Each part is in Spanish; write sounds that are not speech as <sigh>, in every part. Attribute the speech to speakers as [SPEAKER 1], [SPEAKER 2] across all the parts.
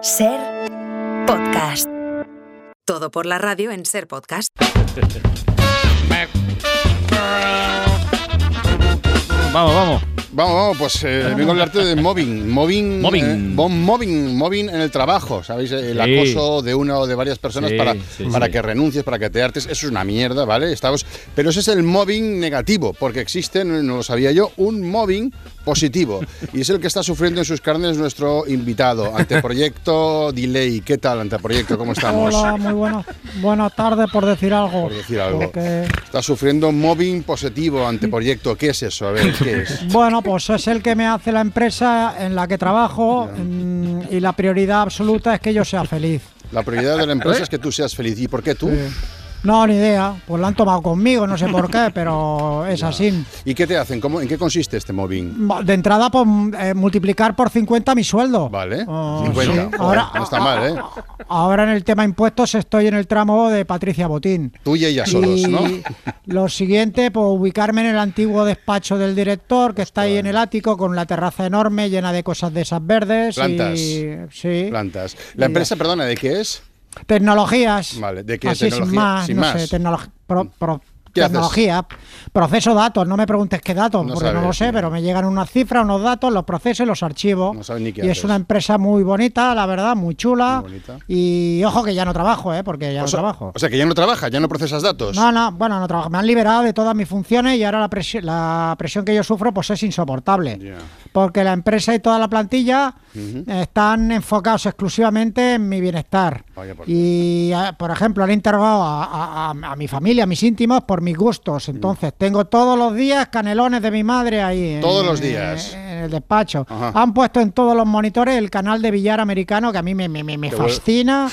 [SPEAKER 1] Ser podcast. Todo por la radio en Ser podcast.
[SPEAKER 2] Vamos, vamos.
[SPEAKER 3] Vamos, vamos, pues eh, vengo a hablarte de mobbing. Mobbing.
[SPEAKER 2] Mobbing.
[SPEAKER 3] eh, bon- mobbing. Mobbing en el trabajo, ¿sabéis?
[SPEAKER 2] Sí.
[SPEAKER 3] El acoso de una o de varias personas
[SPEAKER 2] Sí,
[SPEAKER 3] para,
[SPEAKER 2] sí,
[SPEAKER 3] para
[SPEAKER 2] sí.
[SPEAKER 3] que renuncies, para que te hartes. Eso es una mierda, ¿vale? Estamos, pero ese es el mobbing negativo, porque existe, no, no lo sabía yo, un mobbing positivo. y es el que está sufriendo en sus carnes nuestro invitado.
[SPEAKER 2] <laughs>
[SPEAKER 3] Anteproyecto Delay. ¿Qué tal, Anteproyecto? ¿Cómo estamos?
[SPEAKER 4] Hola, muy buenas buenas tardes por decir algo.
[SPEAKER 3] Por decir algo.
[SPEAKER 4] Porque,
[SPEAKER 3] Está sufriendo mobbing positivo, Anteproyecto. ¿Qué es eso? A ver, ¿qué es?
[SPEAKER 4] bueno, pues es el que me hace la empresa en la que trabajo mm, y la prioridad absoluta es que yo sea feliz.
[SPEAKER 3] La prioridad de la empresa es que tú seas feliz. ¿Y por qué
[SPEAKER 2] Eh,
[SPEAKER 3] tú?
[SPEAKER 4] No, ni idea. Pues la han tomado conmigo, no sé
[SPEAKER 3] <laughs>
[SPEAKER 4] por qué, pero es así.
[SPEAKER 3] ¿Y qué te hacen? ¿Cómo, ¿En qué consiste este mobbing?
[SPEAKER 4] Ma- De entrada, pues, mm, eh, multiplicar por 50 mi sueldo.
[SPEAKER 3] Vale,
[SPEAKER 4] Oh,
[SPEAKER 3] 50.
[SPEAKER 4] sí.
[SPEAKER 3] Joder,
[SPEAKER 4] Ahora, ah,
[SPEAKER 3] no está mal, ¿eh?
[SPEAKER 4] ahora en el tema impuestos estoy en el tramo de Patricia Botín.
[SPEAKER 3] Tú y ella solos, ¿no?
[SPEAKER 4] Y Lo siguiente, pues ubicarme en el antiguo despacho del director, que está ahí en el ático, con la terraza enorme, llena de cosas de esas verdes.
[SPEAKER 3] Plantas.
[SPEAKER 4] Y, sí.
[SPEAKER 3] Plantas. La empresa, perdona, ¿de qué es?
[SPEAKER 4] Tecnologías.
[SPEAKER 3] Vale, ¿de qué
[SPEAKER 4] Así
[SPEAKER 3] tecnología?
[SPEAKER 4] Sin más,
[SPEAKER 3] Sin
[SPEAKER 4] no
[SPEAKER 3] más.
[SPEAKER 4] sé, tecnolo- pro- pro-
[SPEAKER 3] ¿Qué haces?
[SPEAKER 4] tecnología. Proceso datos, no me preguntes qué datos,
[SPEAKER 3] No
[SPEAKER 4] porque no lo
[SPEAKER 3] sabes,
[SPEAKER 4] sé,
[SPEAKER 3] sí.
[SPEAKER 4] pero me llegan unas cifras, unos datos, los procesos y los archivos.
[SPEAKER 3] No sabes ni qué
[SPEAKER 4] y
[SPEAKER 3] haces.
[SPEAKER 4] es una empresa muy bonita, la verdad, muy chula.
[SPEAKER 3] Muy bonita.
[SPEAKER 4] y ojo que ya no trabajo, ¿eh? porque ya
[SPEAKER 3] O
[SPEAKER 4] no
[SPEAKER 3] sea,
[SPEAKER 4] trabajo.
[SPEAKER 3] o sea, que ya no trabajas, ya no procesas datos.
[SPEAKER 4] No, no, bueno, no trabajo. Me han liberado de todas mis funciones y ahora la, presi- la presión que yo sufro pues es insoportable.
[SPEAKER 3] Ya.
[SPEAKER 4] Porque la empresa y toda la plantilla están enfocados exclusivamente en mi bienestar.
[SPEAKER 3] Vaya por
[SPEAKER 4] y, eh, por ejemplo, han interrogado a, a- a- a mi familia, a mis íntimos, por mis gustos. Entonces, tengo todos los días canelones de mi madre ahí. en- eh,
[SPEAKER 3] Todos los días.
[SPEAKER 4] En, el despacho.
[SPEAKER 3] Ajá.
[SPEAKER 4] Han puesto en todos los monitores el canal de billar americano que a mí me, me- me- me
[SPEAKER 3] Te vuelve-
[SPEAKER 4] fascina.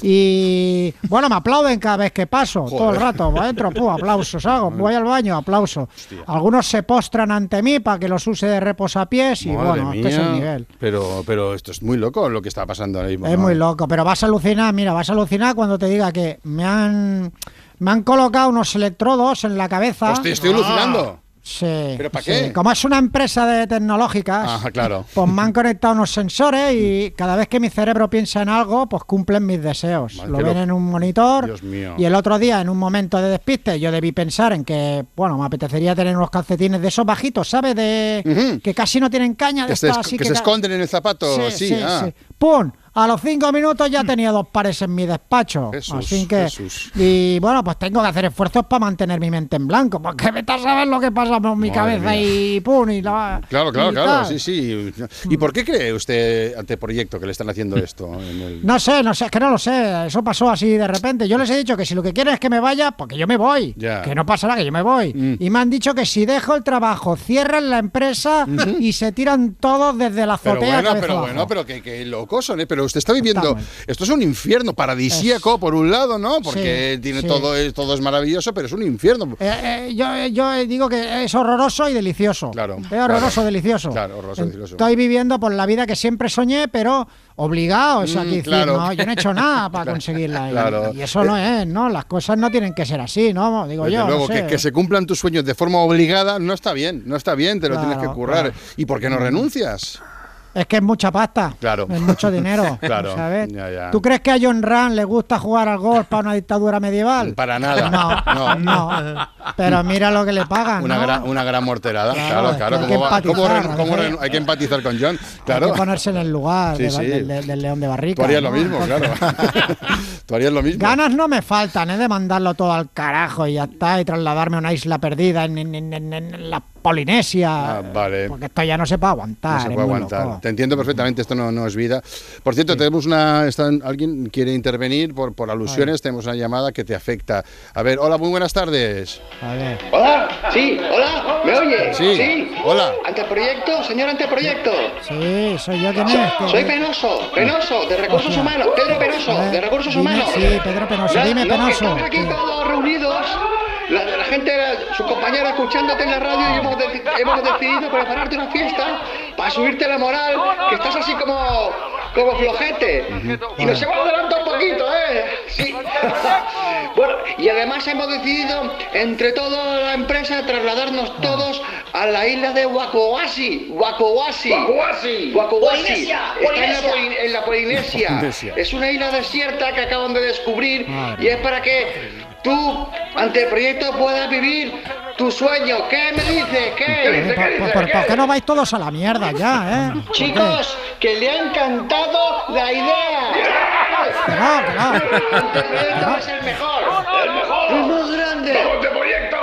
[SPEAKER 4] Y bueno, me aplauden cada vez que paso, todo el
[SPEAKER 3] Joder.
[SPEAKER 4] rato. Voy Entro,
[SPEAKER 3] <laughs>
[SPEAKER 4] puh, aplausos hago. Voy al baño, aplauso. Algunos se postran ante mí para que los use de reposapiés y
[SPEAKER 3] Madre
[SPEAKER 4] bueno, este es el
[SPEAKER 3] mía.
[SPEAKER 4] nivel.
[SPEAKER 3] Pero, pero esto es muy loco lo que está pasando ahora mismo.
[SPEAKER 4] Es
[SPEAKER 3] ¿no?
[SPEAKER 4] muy loco, pero vas a alucinar, mira, vas a alucinar cuando te diga que me han me han colocado unos electrodos en la cabeza.
[SPEAKER 3] Ah. Hostia, estoy alucinando.
[SPEAKER 4] Sí,
[SPEAKER 3] ¿Pero pa'
[SPEAKER 4] sí.
[SPEAKER 3] qué?
[SPEAKER 4] Como es una empresa de tecnológicas,
[SPEAKER 3] Ajá, Ah, claro.
[SPEAKER 4] pues me han conectado unos sensores y cada vez que mi cerebro piensa en algo, pues cumplen mis deseos.
[SPEAKER 3] Madre,
[SPEAKER 4] lo
[SPEAKER 3] qué
[SPEAKER 4] ven
[SPEAKER 3] lo-
[SPEAKER 4] en un monitor
[SPEAKER 3] Dios mío.
[SPEAKER 4] y el otro día, en un momento de despiste, yo debí pensar en que, bueno, me apetecería tener unos calcetines de esos bajitos, ¿sabes? De,
[SPEAKER 3] Ujú.
[SPEAKER 4] Que casi no tienen caña. de
[SPEAKER 3] Que se,
[SPEAKER 4] estas,
[SPEAKER 3] esc-
[SPEAKER 4] así
[SPEAKER 3] que se
[SPEAKER 4] ca-
[SPEAKER 3] esconden en el zapato, sí, ah.
[SPEAKER 4] ¡Pum! A los cinco minutos ya tenía dos pares en mi despacho.
[SPEAKER 3] Jesús,
[SPEAKER 4] así que.
[SPEAKER 3] Jesús.
[SPEAKER 4] Y bueno, pues tengo que hacer esfuerzos para mantener mi mente en blanco. Porque vete a saber lo que pasa por mi
[SPEAKER 3] Madre
[SPEAKER 4] cabeza y pum. Y la,
[SPEAKER 3] Claro, claro,
[SPEAKER 4] y
[SPEAKER 3] claro,
[SPEAKER 4] tal.
[SPEAKER 3] sí, sí. ¿Y por qué cree usted ante proyecto que le están haciendo esto? en el-
[SPEAKER 4] No sé, no sé, es que no lo sé. Eso pasó así de repente. Yo les he dicho que si lo que quieren es que me vaya, pues que yo me voy.
[SPEAKER 3] Ya. Mm.
[SPEAKER 4] Que no pasará, que yo me voy. Y me han dicho que si dejo el trabajo, cierran la empresa y se tiran todos desde la azotea.
[SPEAKER 3] Pero bueno,
[SPEAKER 4] cabeza
[SPEAKER 3] pero
[SPEAKER 4] abajo.
[SPEAKER 3] bueno, pero que, que locos son, ¿eh? Pero usted está viviendo.
[SPEAKER 4] Está mal.
[SPEAKER 3] esto es un infierno paradisíaco, por un lado, ¿no? Porque
[SPEAKER 4] Sí,
[SPEAKER 3] tiene
[SPEAKER 4] sí.
[SPEAKER 3] todo, es- todo es maravilloso, pero es un infierno.
[SPEAKER 4] Eh, eh, yo, eh, yo, eh, digo que es horroroso y delicioso.
[SPEAKER 3] Claro,
[SPEAKER 4] Es horroroso,
[SPEAKER 3] claro.
[SPEAKER 4] delicioso.
[SPEAKER 3] Claro, horroroso, delicioso.
[SPEAKER 4] Estoy viviendo por la vida que siempre soñé, pero obligado. O sea,
[SPEAKER 3] Mm,
[SPEAKER 4] que decir,
[SPEAKER 3] claro.
[SPEAKER 4] no, yo no he
[SPEAKER 3] <laughs>
[SPEAKER 4] hecho nada para conseguirla. Y,
[SPEAKER 3] claro. Eh.
[SPEAKER 4] y eso no es, ¿no? Las cosas no tienen que ser así, ¿no? Digo
[SPEAKER 3] Desde
[SPEAKER 4] yo. no
[SPEAKER 3] luego, que,
[SPEAKER 4] sé.
[SPEAKER 3] que se cumplan tus sueños de forma obligada no está bien, no está bien, te lo
[SPEAKER 4] Claro,
[SPEAKER 3] tienes que currar.
[SPEAKER 4] claro. Mm.
[SPEAKER 3] ¿Y por qué no renuncias?
[SPEAKER 4] Es que es mucha pasta.
[SPEAKER 3] Claro.
[SPEAKER 4] Es mucho dinero.
[SPEAKER 3] <laughs> Claro,
[SPEAKER 4] ¿sabes?
[SPEAKER 3] ya, ya.
[SPEAKER 4] ¿Tú crees que a John Rand le gusta jugar al golf para una
[SPEAKER 3] <laughs>
[SPEAKER 4] dictadura medieval?
[SPEAKER 3] Para nada.
[SPEAKER 4] No, no. Pero mira lo que le pagan.
[SPEAKER 3] Una,
[SPEAKER 4] ¿no?
[SPEAKER 3] gran, una gran morterada, claro,
[SPEAKER 4] Claro, es que
[SPEAKER 3] claro.
[SPEAKER 4] hay
[SPEAKER 3] ¿cómo
[SPEAKER 4] que
[SPEAKER 3] va- cómo
[SPEAKER 4] empatizar,
[SPEAKER 3] renu-
[SPEAKER 4] a
[SPEAKER 3] cómo
[SPEAKER 4] veces.
[SPEAKER 3] renu- hay que empatizar con John,
[SPEAKER 4] Hay
[SPEAKER 3] claro.
[SPEAKER 4] que ponerse en el lugar
[SPEAKER 3] Sí,
[SPEAKER 4] de-
[SPEAKER 3] sí.
[SPEAKER 4] del- del- del león de barrica.
[SPEAKER 3] Tú harías lo
[SPEAKER 4] ¿no?
[SPEAKER 3] mismo, claro. <laughs> Tú harías lo mismo.
[SPEAKER 4] <laughs> Ganas no me faltan, ¿eh? De mandarlo todo al carajo y ya está, y trasladarme a una isla perdida en, en- en- en- en la Polinesia.
[SPEAKER 3] Ah, vale.
[SPEAKER 4] Porque esto ya no se puede aguantar.
[SPEAKER 3] No se
[SPEAKER 4] es
[SPEAKER 3] puede
[SPEAKER 4] muy
[SPEAKER 3] aguantar.
[SPEAKER 4] loco.
[SPEAKER 3] Te entiendo perfectamente, esto no, no es vida. Por cierto, tenemos una. están- alguien quiere intervenir por, por alusiones, tenemos una llamada que te afecta. A ver, hola, muy buenas tardes.
[SPEAKER 4] A ver.
[SPEAKER 5] Hola, sí, hola, ¿me oye?
[SPEAKER 3] Sí, hola.
[SPEAKER 5] Anteproyecto, señor anteproyecto.
[SPEAKER 4] Sí, soy yo quien es. que-
[SPEAKER 5] Soy Penoso, Penoso, de Recursos
[SPEAKER 4] Hostia.
[SPEAKER 5] Humanos, Pedro Penoso,
[SPEAKER 4] Eh,
[SPEAKER 5] de Recursos
[SPEAKER 4] dime,
[SPEAKER 5] Humanos.
[SPEAKER 4] sí, Pedro Penoso,
[SPEAKER 5] No,
[SPEAKER 4] dime,
[SPEAKER 5] no, que
[SPEAKER 4] Penoso,
[SPEAKER 5] Estamos aquí
[SPEAKER 4] que-
[SPEAKER 5] todos reunidos, la, la gente, la- sus compañeros escuchándote en la radio y hemos, de- hemos decidido prepararte una fiesta para subirte la moral, que estás así como, como flojete. Y nos hemos adelantado un poquito, ¿eh? Sí. <laughs> Bueno, y además hemos decidido, entre toda la empresa, trasladarnos todos a la isla de Wakowasi. Wakowasi.
[SPEAKER 6] Guacuasi.
[SPEAKER 5] Wakowasi.
[SPEAKER 6] Polinesia,
[SPEAKER 5] Está en la,
[SPEAKER 6] Polinesia.
[SPEAKER 5] Polin- en la Polinesia.
[SPEAKER 3] Polinesia.
[SPEAKER 5] Ah, Es una isla desierta que acaban de descubrir
[SPEAKER 4] Madre
[SPEAKER 5] y es para que tú, ante el proyecto, puedas vivir tu sueño. ¿Qué me dices? ¿Qué?
[SPEAKER 4] Pues,
[SPEAKER 5] ¿Qué
[SPEAKER 4] pues,
[SPEAKER 5] dices?
[SPEAKER 4] ¿Por, por
[SPEAKER 5] ¿Qué?
[SPEAKER 4] qué no vais todos a la
[SPEAKER 3] <laughs>
[SPEAKER 4] mierda ya, eh?
[SPEAKER 5] Chicos, que le ha encantado
[SPEAKER 4] <laughs>
[SPEAKER 5] la idea.
[SPEAKER 4] Que no, que no.
[SPEAKER 5] Ante el proyecto es el mejor.
[SPEAKER 6] ¡El
[SPEAKER 5] El
[SPEAKER 6] mejor!
[SPEAKER 5] más grande.
[SPEAKER 6] ¡Vamos de proyecto!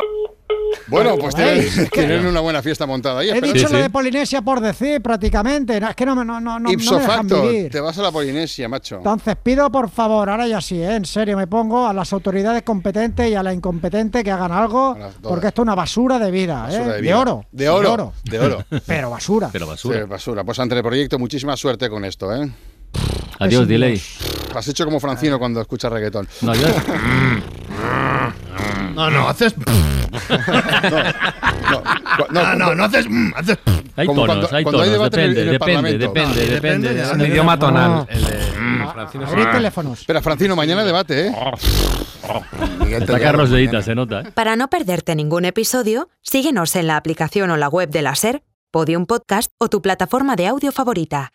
[SPEAKER 3] Bueno, pues
[SPEAKER 4] Joder,
[SPEAKER 3] tienen,
[SPEAKER 4] es que-
[SPEAKER 3] <laughs> tienen una buena fiesta montada ahí.
[SPEAKER 4] He
[SPEAKER 3] espero-
[SPEAKER 4] dicho
[SPEAKER 2] Sí,
[SPEAKER 4] lo
[SPEAKER 2] sí.
[SPEAKER 4] de Polinesia por decir prácticamente. No, Es que no, me- no, no, no, no
[SPEAKER 3] Ipso
[SPEAKER 4] me dejan
[SPEAKER 3] facto,
[SPEAKER 4] vivir.
[SPEAKER 3] te vas a la Polinesia, macho.
[SPEAKER 4] Entonces pido por favor, ahora ya sí, ¿eh? en serio me pongo a las autoridades competentes y a la incompetente que hagan algo,
[SPEAKER 3] A las todas.
[SPEAKER 4] porque esto es una basura de vida, ¿eh?
[SPEAKER 3] Basura
[SPEAKER 4] de,
[SPEAKER 3] vida.
[SPEAKER 4] oro,
[SPEAKER 3] De oro. De
[SPEAKER 4] <laughs>
[SPEAKER 3] oro.
[SPEAKER 4] pero basura.
[SPEAKER 2] Pero basura.
[SPEAKER 3] Sí, basura. Pues ante el proyecto, muchísima suerte con esto, ¿eh?
[SPEAKER 2] Adiós,
[SPEAKER 4] es un
[SPEAKER 2] delay.
[SPEAKER 3] Has hecho como
[SPEAKER 4] Ah.
[SPEAKER 3] Francino cuando escucha
[SPEAKER 4] <laughs>
[SPEAKER 3] reggaetón.
[SPEAKER 2] No,
[SPEAKER 3] <laughs>
[SPEAKER 2] yo.
[SPEAKER 7] No, no, haces.
[SPEAKER 3] No, cu- no,
[SPEAKER 4] Ah,
[SPEAKER 7] No, no, no haces. mm, haces
[SPEAKER 2] Hay
[SPEAKER 3] Como
[SPEAKER 2] tonos,
[SPEAKER 3] cuando-
[SPEAKER 2] hay
[SPEAKER 3] cuando hay
[SPEAKER 2] tonos.
[SPEAKER 3] debate en el-
[SPEAKER 2] depende,
[SPEAKER 3] en el
[SPEAKER 2] depende,
[SPEAKER 3] Parlamento.
[SPEAKER 2] depende,
[SPEAKER 7] No, depende
[SPEAKER 2] depende.
[SPEAKER 7] de
[SPEAKER 2] depende
[SPEAKER 7] dónde-
[SPEAKER 2] de-
[SPEAKER 7] idioma
[SPEAKER 3] Ah.
[SPEAKER 4] tonal.
[SPEAKER 7] El de
[SPEAKER 4] Abrir teléfonos.
[SPEAKER 3] Espera, Francino, mañana debate, ¿eh?
[SPEAKER 2] Está Carlos de Ita, se nota. ¿eh?
[SPEAKER 1] Para no perderte ningún episodio, síguenos en la aplicación o la web de la SER, Podium Podcast o tu plataforma de audio favorita.